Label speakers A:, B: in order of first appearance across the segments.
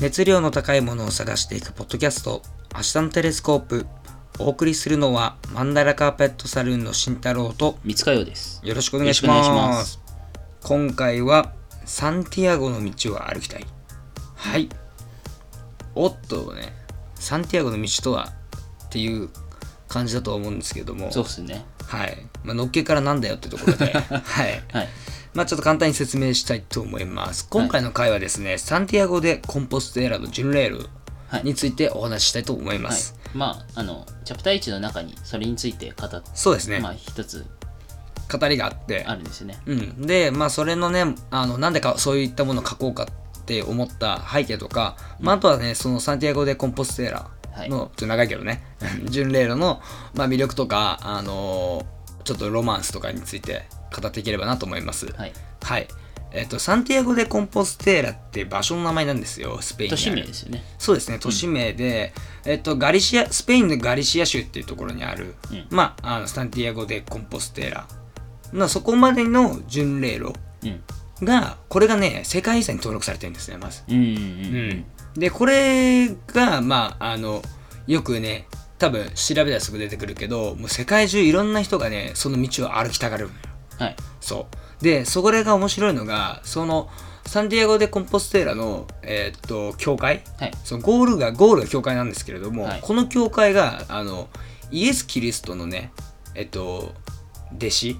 A: 熱量の高いものを探していくポッドキャスト、明日のテレスコープ。お送りするのは、マンダラカーペットサルーンの慎太郎と、
B: 三塚洋です。
A: よろしくお願いします。
B: よろしくお願いします
A: 今回は、サンティアゴの道を歩きたい。はい。おっとね、サンティアゴの道とはっていう感じだと思うんですけども、
B: そうっすね。
A: はい。まあ、のっけからなんだよってところ で、はい。
B: はい。
A: まあちょっと簡単に説明したいと思います。今回の回はですね、サンティアゴでコンポステーラの巡礼路
B: はい
A: についてお話ししたいと思いま
B: はい
A: す。、
B: まあ、あの、チャプター1の中にそれについて語っ
A: そうですね、
B: まあ、一つ
A: 語りがあって。
B: あるんですよね。
A: うん、で、まあそれのね、あのなんでかそういったものを書こうかって思った背景とか、まあ、あとはね、そのサンティアゴでコンポステーラの、ちょっと長いけどね、 巡礼路の、まあ、魅力とか、あのーちょっとロマンスとかについて語っていければなと思います。
B: はい。
A: はい。えっと、サンティアゴ・デ・コンポステーラって場所の名前なんですよ、スペインに
B: 都
A: ある
B: 市名ですよね。
A: そうですね、都市名で、えっと、ガリシア、スペインのガリシア州っていうところにある、
B: うん
A: まあ、あのサンティアゴ・デ・コンポステーラのそこまでの巡礼路
B: うん。
A: が、これがね、世界遺産に登録されてるんですね、まず。
B: うんう
A: う
B: んうん
A: ん。で、これが、まあ、あの、よくね、多分調べたらすぐ出てくるけど、もう世界中いろんな人がね、その道を歩きたがるのよ。
B: はい。
A: そう。で、そこが面白いのが、その、サンディエゴ・でコンポステーラの、えーっと、教会、
B: はい。
A: そのゴールが、ゴールが教会なんですけれども、
B: はい
A: この教会が、あの、イエス・キリストのね、えっと、弟子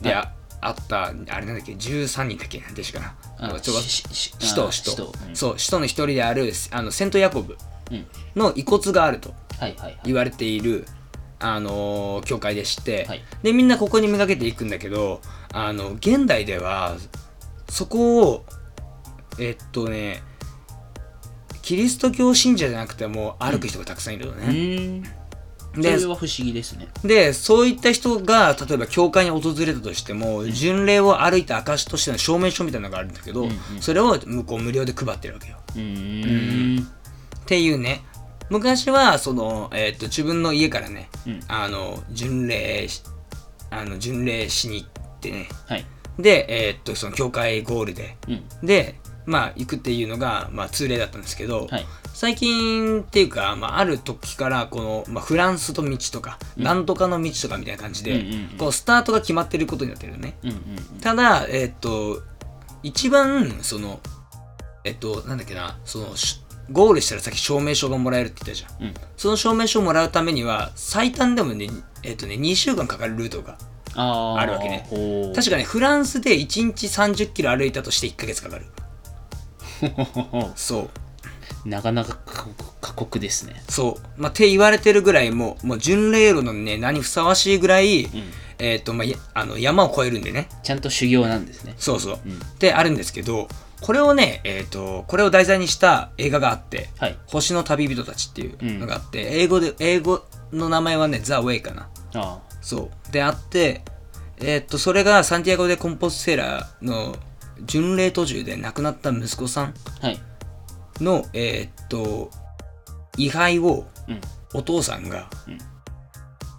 A: であ,、
B: は
A: った、あれなんだっけ、13人だっけ、弟子かな。なんかちょっと
B: しし
A: 使徒、
B: あ
A: 使徒。
B: うん
A: そう、使徒の一人である、あの、セント・ヤコブ
B: うん。
A: の遺骨があると。
B: はいはいはい。
A: 言われている、あのー教会でして、
B: はい
A: でみんなここにめがけていくんだけどあの現代ではそこをえっとねキリスト教信者じゃなくても歩く人がたくさんいるの
B: う
A: ね、
B: ーん。そ
A: で
B: れは不思議ですね。
A: でそういった人が例えば教会に訪れたとしても巡礼を歩いた証としての証明書みたいなのがあるんだけど、
B: うんうん
A: それを向こう無料で配ってるわけよ。
B: うーん。
A: っていうね昔はその、えーっと自分の家からね、
B: うん
A: あの巡礼しあの巡礼しに行ってね
B: はい。
A: で、えーっとその教会ゴールで
B: うん。
A: でまあ行くっていうのが、まあ、通例だったんですけど、
B: はい。
A: 最近っていうか、まあ、ある時からこの、まあ、フランスと道とか、なんとかの道とかみたいな感じで、
B: うんうんうん
A: こうスタートが決まってることになってるよね。
B: うんうんうん。
A: ただえっと一番そのえっとなんだっけなそのしゴールしたらさっき証明書がもらえるって言ったじゃん
B: うん。
A: その証明書をもらうためには最短でもねえっとね2週間かかるルートが
B: あー
A: あるわけね
B: ほう
A: 確かねフランスで1日3 0キロ歩いたとして1ヶ月かかるそう
B: なかなか過酷過酷ですね。
A: そうまあって言われてるぐらいもうもう巡礼路のね名にふさわしいぐらい、
B: うん。
A: えっとまあやあの山を越えるんでね
B: ちゃんと修行なんですね。
A: そうそう、
B: うん
A: であるんですけどこれをねえっ、とこれを題材にした映画があって
B: はい。
A: 星の旅人たちっていうのがあって、英語で英語の名前はね「ザ・ウェイ」かな
B: あ
A: そうであってえーっとそれがサンティアゴ・でコンポステーラの巡礼途中で亡くなった息子さん
B: あ。はい。
A: のえーっと遺灰を
B: うん。
A: お父さんが、
B: うん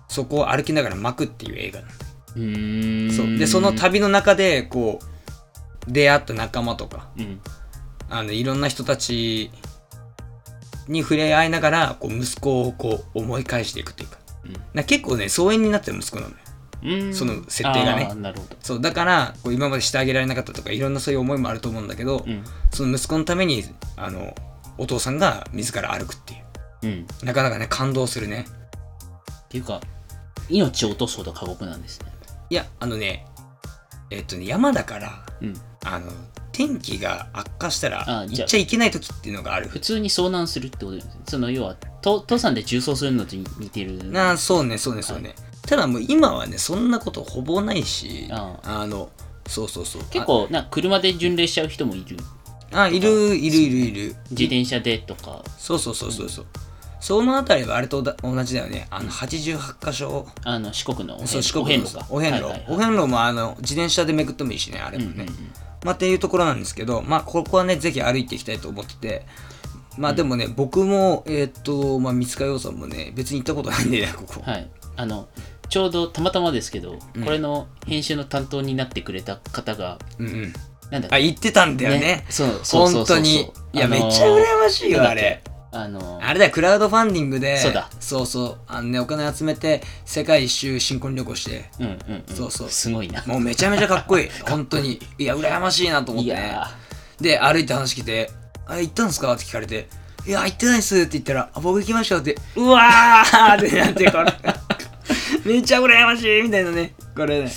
A: そこを歩きながら巻くっていう映画なの
B: うーん
A: そうでその旅の中でこう出会った仲間とか
B: うん
A: あのいろんな人たちに触れ合いながらこう息子をこう思い返していくというかな結構ね疎遠になってる息子なのよ
B: うん
A: その設定がね
B: あーなるほど
A: そうだからこう今までしてあげられなかったとかいろんなそういう思いもあると思うんだけど、
B: うん
A: その息子のためにあのお父さんが自ら歩くっていう
B: うんっ
A: なかなかね感動するね
B: ていうか命を落とすほど過酷なんですね
A: いやあのねえっとね山だから
B: うん
A: あの天気が悪化したら
B: あじゃ
A: 行っ
B: あ
A: ちゃいけない時っていうのがある
B: 普通に遭難するってことですねその要はと登山で重装するのと似似てる
A: なあそうねそうねそうね、ただもう今はねそんなことほぼないし
B: あ
A: のそうそうそう
B: 結構な車で巡礼しちゃう人もいる
A: ああいるいるいるいる
B: 自転車でとか
A: そうそうそうそうそうそのあたりはあれとだ同じだよねあの88箇所
B: あの四国のお遍
A: そう
B: 路
A: 四国
B: お遍
A: の
B: 路か
A: お遍路
B: はいはいはい
A: お遍路もあの自転車でめくってもいいしねあれも
B: うんう
A: ね
B: んうん
A: まあっていうところなんですけどまあここはねぜひ歩いていきたいと思っててまあでもね僕もえーっとまあ三塚洋さんもね別に行ったことないんでねここ
B: はいあのちょうどたまたまですけど、これの編集の担当になってくれた方が
A: うんうん
B: なんだっけ
A: あ行ってたんだよね
B: そうそうそうそう
A: 本当にいや、
B: あのー
A: めっちゃ羨ましいよ、あれ。
B: あの
A: あれだよ、クラウドファンディングで、
B: そうだ
A: そうそうあのね、お金集めて、世界一周新婚旅行して、
B: うんうん、うん、
A: そうそう
B: すごいな
A: もうめちゃめちゃかっ こいい、本当に。いや、羨ましいなと思っ
B: い
A: てね
B: や。
A: で、歩いて話聞いて、あ、行ったんですかって聞かれて、いや、行ってないっすって言ったら、あ、僕行きましたよって、うわーってなって、これ、 めっちゃ羨ましいみたいなね、これね。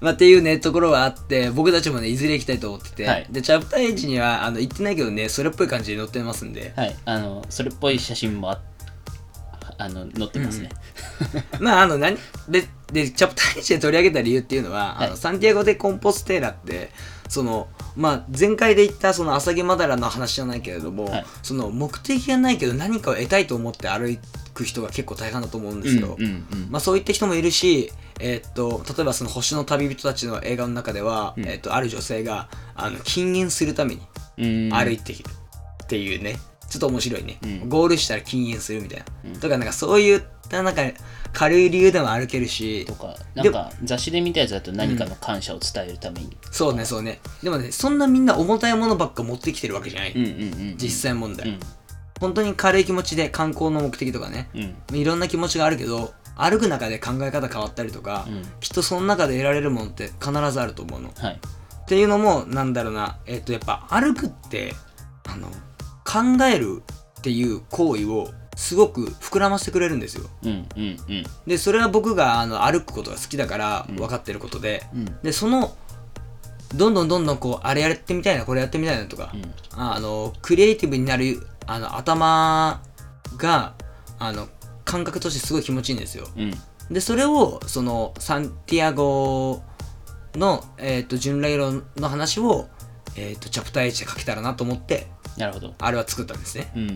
A: まあ、っていうね、ところはあって、僕たちもね、いずれ行きたいと思ってて、
B: はい
A: で、チャプター H には、あの、行ってないけどね、それっぽい感じで載ってますんで、
B: ーはいあのそれっぽい写真もああの載ってますね、
A: まあ、あの、何で、で、チャプター1で取り上げた理由っていうのは、
B: はい
A: あのサンティアゴ・デ・コンポステーラって、その、まあ、前回で言った、その、アサギマダラの話じゃないけれども、
B: はい
A: その、目的がないけど何かを得たいと思って歩く人が結構大半だと思うんですよ。
B: うんうんうん
A: まあ、そういった人もいるし、えーっと例えばその星の旅人たちの映画の中では、
B: うん
A: えーっとある女性があの禁煙するために
B: うん
A: 歩いてきるっていうねちょっと面白いね、
B: うん
A: ゴールしたら禁煙するみたいな、
B: うん
A: とかなんかそういったなんか軽い理由でも歩けるし
B: とかなんか雑誌で見たやつだと何かの感謝を伝えるために、
A: そうねそうねでもねそんなみんな重たいものばっか持ってきてるわけじゃない、
B: うん、うんうんうん
A: 実際問題、
B: うん
A: 本当に軽い気持ちで観光の目的とかね
B: うん
A: いろんな気持ちがあるけど歩く中で考え方変わったりとか、
B: うん
A: きっとその中で得られるものって必ずあると思うの
B: はい
A: っていうのもなんだろうなえっ、とやっぱ歩くってあの考えるっていう行為をすごく膨らませてくれるんですよ
B: うんうんうん
A: でそれは僕があの歩くことが好きだから
B: うん
A: 分かってることで、
B: うん
A: でそのどんどんどんどんこうあれやってみたいなこれやってみたいなとか、
B: うん
A: あのクリエイティブになるあの頭があの感覚としてすごい気持ちいいんですよ
B: うん
A: でそれをそのサンティアゴの、えー、と巡礼路の話を、えー、とチャプター H で書けたらなと思って
B: なるほど
A: あれは作ったんですね
B: うんうんう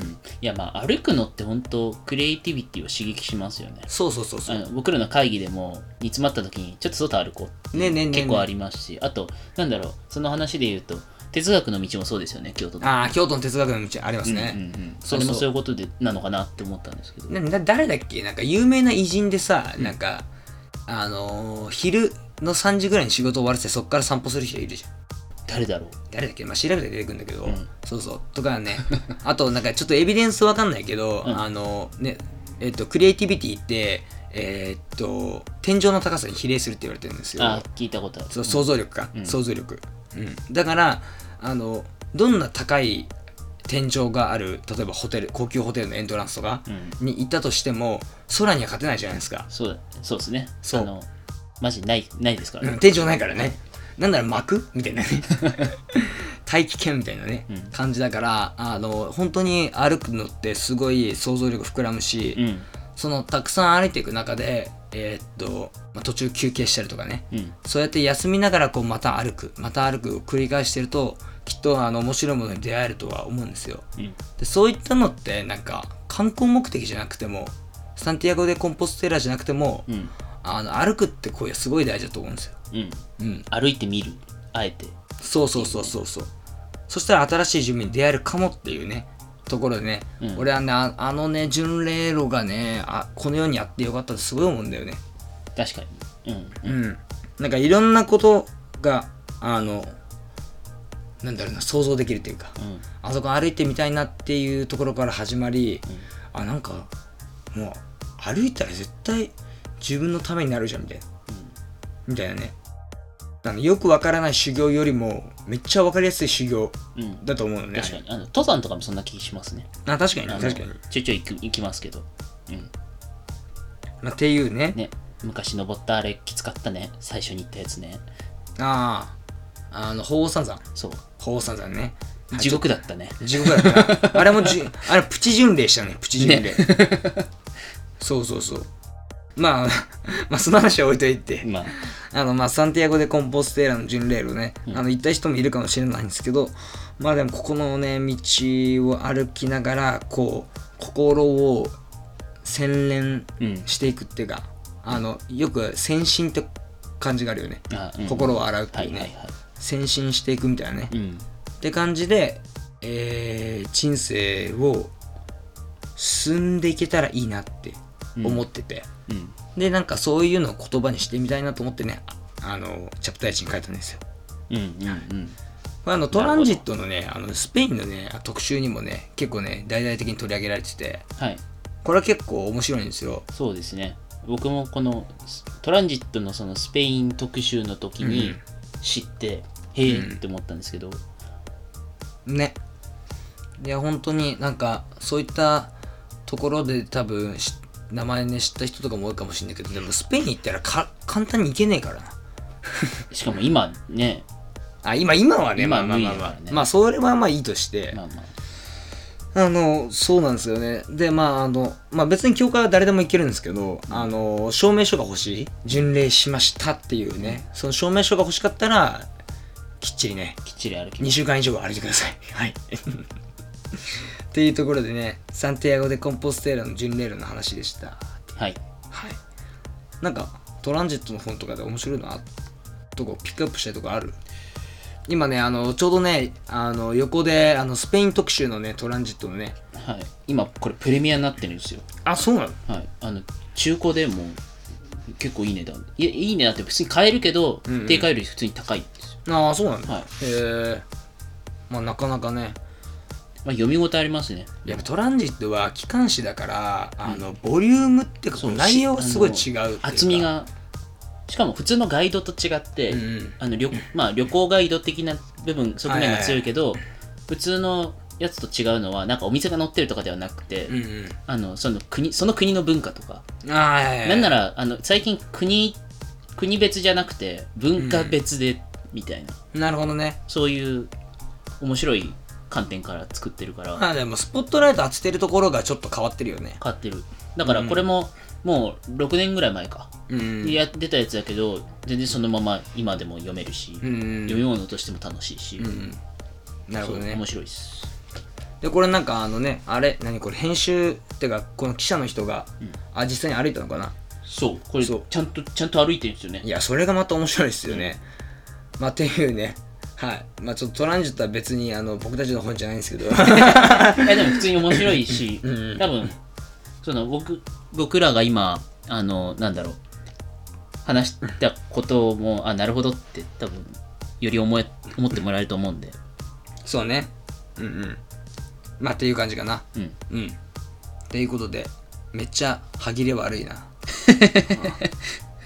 B: ん、いやまあ歩くのって本当クリエイティビティを刺激しますよね
A: そうそうそうそ
B: あ
A: う
B: の僕らの会議でも煮詰まった時にちょっと外歩こう
A: ねえねえねえねえ
B: 結構ありますしあとなんだろうその話で言うと哲学の道もそうですよね京都の
A: ああ京都の哲学の道ありますね、
B: うんうんうん
A: そ
B: そう
A: そう
B: れもそういうことでなのかなって思ったんですけど
A: なな誰だっけなんか有名な偉人でさ、なんかあのー昼の3時ぐらいに仕事終わらせてそっから散歩する人いるじゃん
B: 誰だろう
A: 誰だっけ、まあ、調べて出てくるんだけど、
B: うん
A: そうそうとかね あとなんかちょっとエビデンスわかんないけど、
B: うん
A: あのねえっとクリエイティビティってえーっと天井の高さに比例するって言われてるんですよ
B: あ聞いたことある
A: そう想像力か、
B: うん
A: 想像力、うん、だからあのどんな高い天井がある例えばホテル高級ホテルのエントランスとか、
B: うん
A: に行ったとしても空には勝てないじゃないですか、
B: そうだそうですね
A: そう
B: あのマジないないですから
A: う
B: ね、
A: ん、天井ないからねなんなら幕みた いなね大気圏みたいなね、
B: うん
A: 感じだからあの本当に歩くのってすごい想像力膨らむし、
B: うん
A: そのたくさん歩いていく中でえーっと、まあ途中休憩したりとかね
B: うん
A: そうやって休みながらこうまた歩くまた歩くを繰り返してるときっとあの面白いものに出会えるとは思うんですよ
B: うん
A: でそういったのってなんか観光目的じゃなくてもサンティアゴ・でコンポステーラじゃなくても、
B: うん
A: あの歩くってこういうすごい大事だと思うんですよ。
B: うん
A: うん、
B: 歩いてみるあえて
A: そうそうそうそうそう。そしたら新しい自分に出会えるかもっていうねところでね、
B: うん
A: 俺はねああのね巡礼路がねあこの世にあってよかったってすごい思うんだよね。
B: 確かにうん
A: うん、なんかいろんなことがあのなんだろうな想像できるというか、
B: うん
A: あそこ歩いてみたいなっていうところから始まり、あなんかもう歩いたら絶対自分のためになるじゃんみたいな、みたいなねあのよくわからない修行よりもめっちゃわかりやすい修行
B: うんうん
A: だと思うのね
B: 確かにあの登山とかもそんな気しますね
A: あ確かにね
B: あの
A: 確かに、
B: ちょいちょい行く行きますけど、うん、
A: まあ、っていうね
B: ね昔登ったあれきつかったね最初に行ったやつね
A: あああの鳳凰三山
B: そう
A: 鳳凰三山ね
B: 地獄だったね
A: 地獄だったな あれもじゅあれプチ巡礼したねプチ巡礼、そうそうそうまあまあその話は置いといて、
B: まあ
A: あのまあサンティアゴ・でコンポステーラの巡礼路ね、あの行った人もいるかもしれないんですけどまあでもここのね道を歩きながらこう心を洗練
B: うん
A: していくっていうか、あのよく先進って感じがあるよね、
B: あうん
A: 心を洗うって
B: は
A: いう
B: い
A: ね、
B: はいは
A: 先進していくみたいなね、
B: いうん
A: って感じで、えー人生を進んでいけたらいいなって思ってて、
B: うん
A: でなんかそういうのを言葉にしてみたいなと思ってねああのチャプター1に書いたんですよ
B: うんうんうん
A: これあのトランジットのねあのスペインのね特集にもね結構ね大々的に取り上げられてて
B: はい
A: これは結構面白いんですよ
B: そうですね僕もこのストランジットのそのスペイン特集の時
A: う
B: に
A: ん
B: 知って、へえ
A: うん
B: って思ったんですけど、
A: ねいや本当になんかそういったところで多分し名前ね知った人とかも多いかもしれないけどでもスペイン行ったらか簡単に行けねえからな
B: しかも今ね
A: あ今今はね
B: 今
A: まあまあまあ
B: 無理
A: ま
B: だ
A: あ
B: から、ね
A: まあそれはまあいいとして、
B: まあまあ
A: あのそうなんですよねでまああの、まあ、別に教会は誰でも行けるんですけどあの証明書が欲しい巡礼しましたっていうねその証明書が欲しかったらきっちりね
B: きっちり歩きま
A: 2
B: す
A: 週間以上は歩いてくださいはい っていうところでねサンティアゴ・でコンポステーラの巡礼路の話でした
B: はい
A: はいなんかトランジットの本とかで面白いなとこピックアップしたいとこある今ねあのちょうどねあの横であのスペイン特集のねトランジットのね
B: はい今これプレミアになってるんですよ
A: あそうなの
B: はいあの中古でも結構いい値段いやいい値段って普通に買えるけど、
A: うんうん
B: 定価より普通に高いんですよ、
A: ああそうなんだ、
B: はい
A: へえまあなかなかね
B: まあ、読み応えありますね
A: やっぱトランジットは機関誌だからあの、ボリュームっていうか
B: そう
A: 内容がすごい違うってい
B: し
A: うか
B: 厚みがしかも普通のガイドと違って、
A: うんうん
B: あの旅まあ、旅行ガイド的な部分側面が強いけど、普通のやつと違うのはなんかお店が載ってるとかではなくて、
A: うん
B: あのその国その国の文化とか、
A: うんああいやいや
B: なんならあの最近国国別じゃなくて文化別でみたいな、
A: なるほどね
B: そういう面白い観点から作ってるから
A: まあでもスポットライト当ててるところがちょっと変わってるよね
B: 買ってるだからこれももう6年ぐらい前か、
A: うん
B: やってたやつだけど全然そのまま今でも読めるし、
A: うんうん
B: 読み物としても楽しいし、
A: うんなるほど
B: そう
A: ね
B: 面白いです
A: でこれなんかあのねあれ何これ編集ってかこの記者の人が、あ実際に歩いたのかな
B: そうこれ
A: そう
B: ちゃんとちゃんと歩いてるんですよね
A: いや、それがまた面白いですよね。まあ、っていうね。はい。まあ、ちょっとトランジットは別にあの僕たちの本じゃないんですけ ど。
B: えでも普通に面白いし、
A: うん
B: 多分その僕僕らが今あのなんだろう話したこともあなるほどって多分より思え思ってもらえると思うんで、
A: そうね。うんうん。まあ、っていう感じかな。
B: うん、
A: うん。っていうことで、めっちゃ歯切れ悪い な。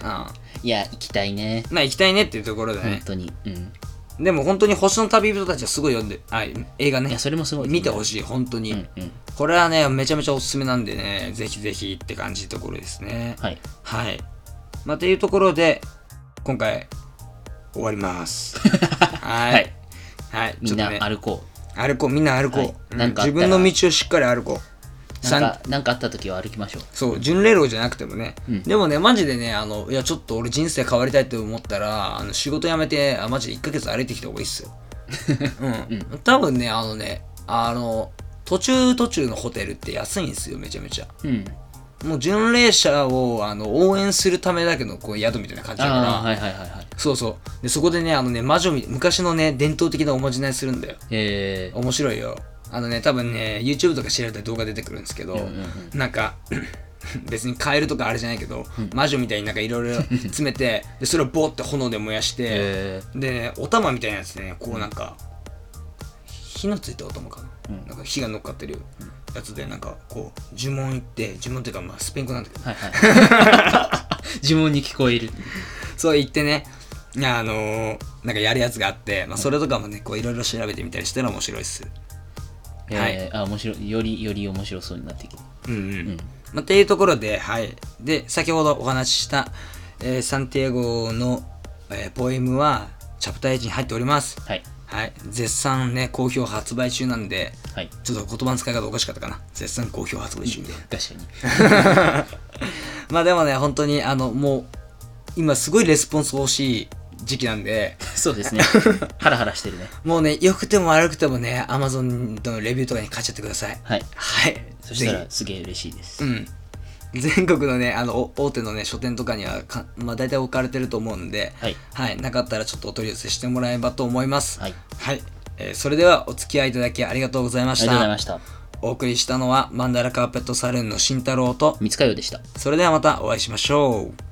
A: ああ
B: いや行きたいね
A: まあ、行きたいねっていうところで
B: 本
A: ね。
B: 当に、うん、
A: でも本当に星の旅人たちはすごい読んで、あ映画
B: い
A: ね
B: や。それもすごい、
A: 見て
B: し
A: ほしい、本当に、
B: いうんうん、
A: これはね、めちゃめちゃおすすめなんでね、ぜひぜひって感じのところですね。
B: はい
A: はい。まあ、というところで、今回、終わり ます。はい。は
B: はいい。
A: ち
B: み
A: ょ
B: ん
A: っと
B: な
A: ね、
B: 歩こ
A: 歩こう、みんな歩こう。
B: はい
A: うん
B: なんかあった
A: 自
B: ら
A: 分の道をしっかり歩こう。
B: うな
A: さ
B: ん
A: ん
B: かなんかあった時は歩きましょう
A: そう、巡礼路じゃなくてもね、
B: うん
A: でもね、マジでね、あの、いや、ちょっと俺人生変わりたいと思ったら、あの仕事辞めて、あマジで1ヶ月歩いてきた方がいいっ すよ。うん。多分ね、あのね、あの、途中途中のホテルって安いんですよ、めちゃめちゃ。
B: うん
A: もう巡礼者をあの応援するためだけのこう宿みたいな感じだから、
B: ああはいはいはいはい
A: そうそうでそこでねあのね魔女み昔のね伝統的なおまじないするんだよ
B: えー、
A: 面白いよあのね多分ね YouTube とか調べたら動画出てくるんですけど、
B: んうん
A: なんか 別にカエルとかあれじゃないけど、魔女みたいになんかいろ いろ詰めてでそれをボーって炎で燃やして、
B: えー
A: でねお玉みたいなやつでねこうなんか、火のついたお玉かな、なんか火が乗っかってるやつでなんかこう呪文行って呪文っていうかまあスペイン語なんだけど
B: はいはい 呪文に聞こえる
A: そう言ってね、あのーなんかやるやつがあって、まあ、それとかもね、こういろいろ調べてみたりしたら面白いっす。はい
B: えー、あ面白いよりより面白そうになってきる
A: うんうん。まあ、っていうところで、はい。で、先ほどお話しした、えーサンティエゴの、えーポエムは、チャプター1に入っております。
B: はい
A: はい。絶賛ね、好評発売中なんで、
B: はい
A: ちょっと言葉の使い方おかしかったかな。絶賛好評発売中で。
B: 確かに
A: まあでもね、本当に、あの、もう、今すごいレスポンス欲しい時期なんで、
B: そうですねハラハラしてるね
A: もうね、良くても悪くてもね、Amazon のレビューとかに書いちゃってください。
B: はい
A: はい。
B: そし
A: ぜ
B: たらすげえ嬉しいで
A: ひ
B: す、
A: うん。全国のね、あの、お大手のね、書店とかにはか、まあ大体置かれてると思うんで、
B: はい
A: はい。なかったらちょっとお取り寄せしてもらえばと思います。
B: はい
A: はい。えーそれではお付き合いいただきありがとうございま
B: あ
A: し
B: りがとうござい
A: た。
B: ました
A: お送りしたのは、マンダラカーペットサルーンの慎太郎と、
B: 三つかよでした
A: それではまたお会いしましょう。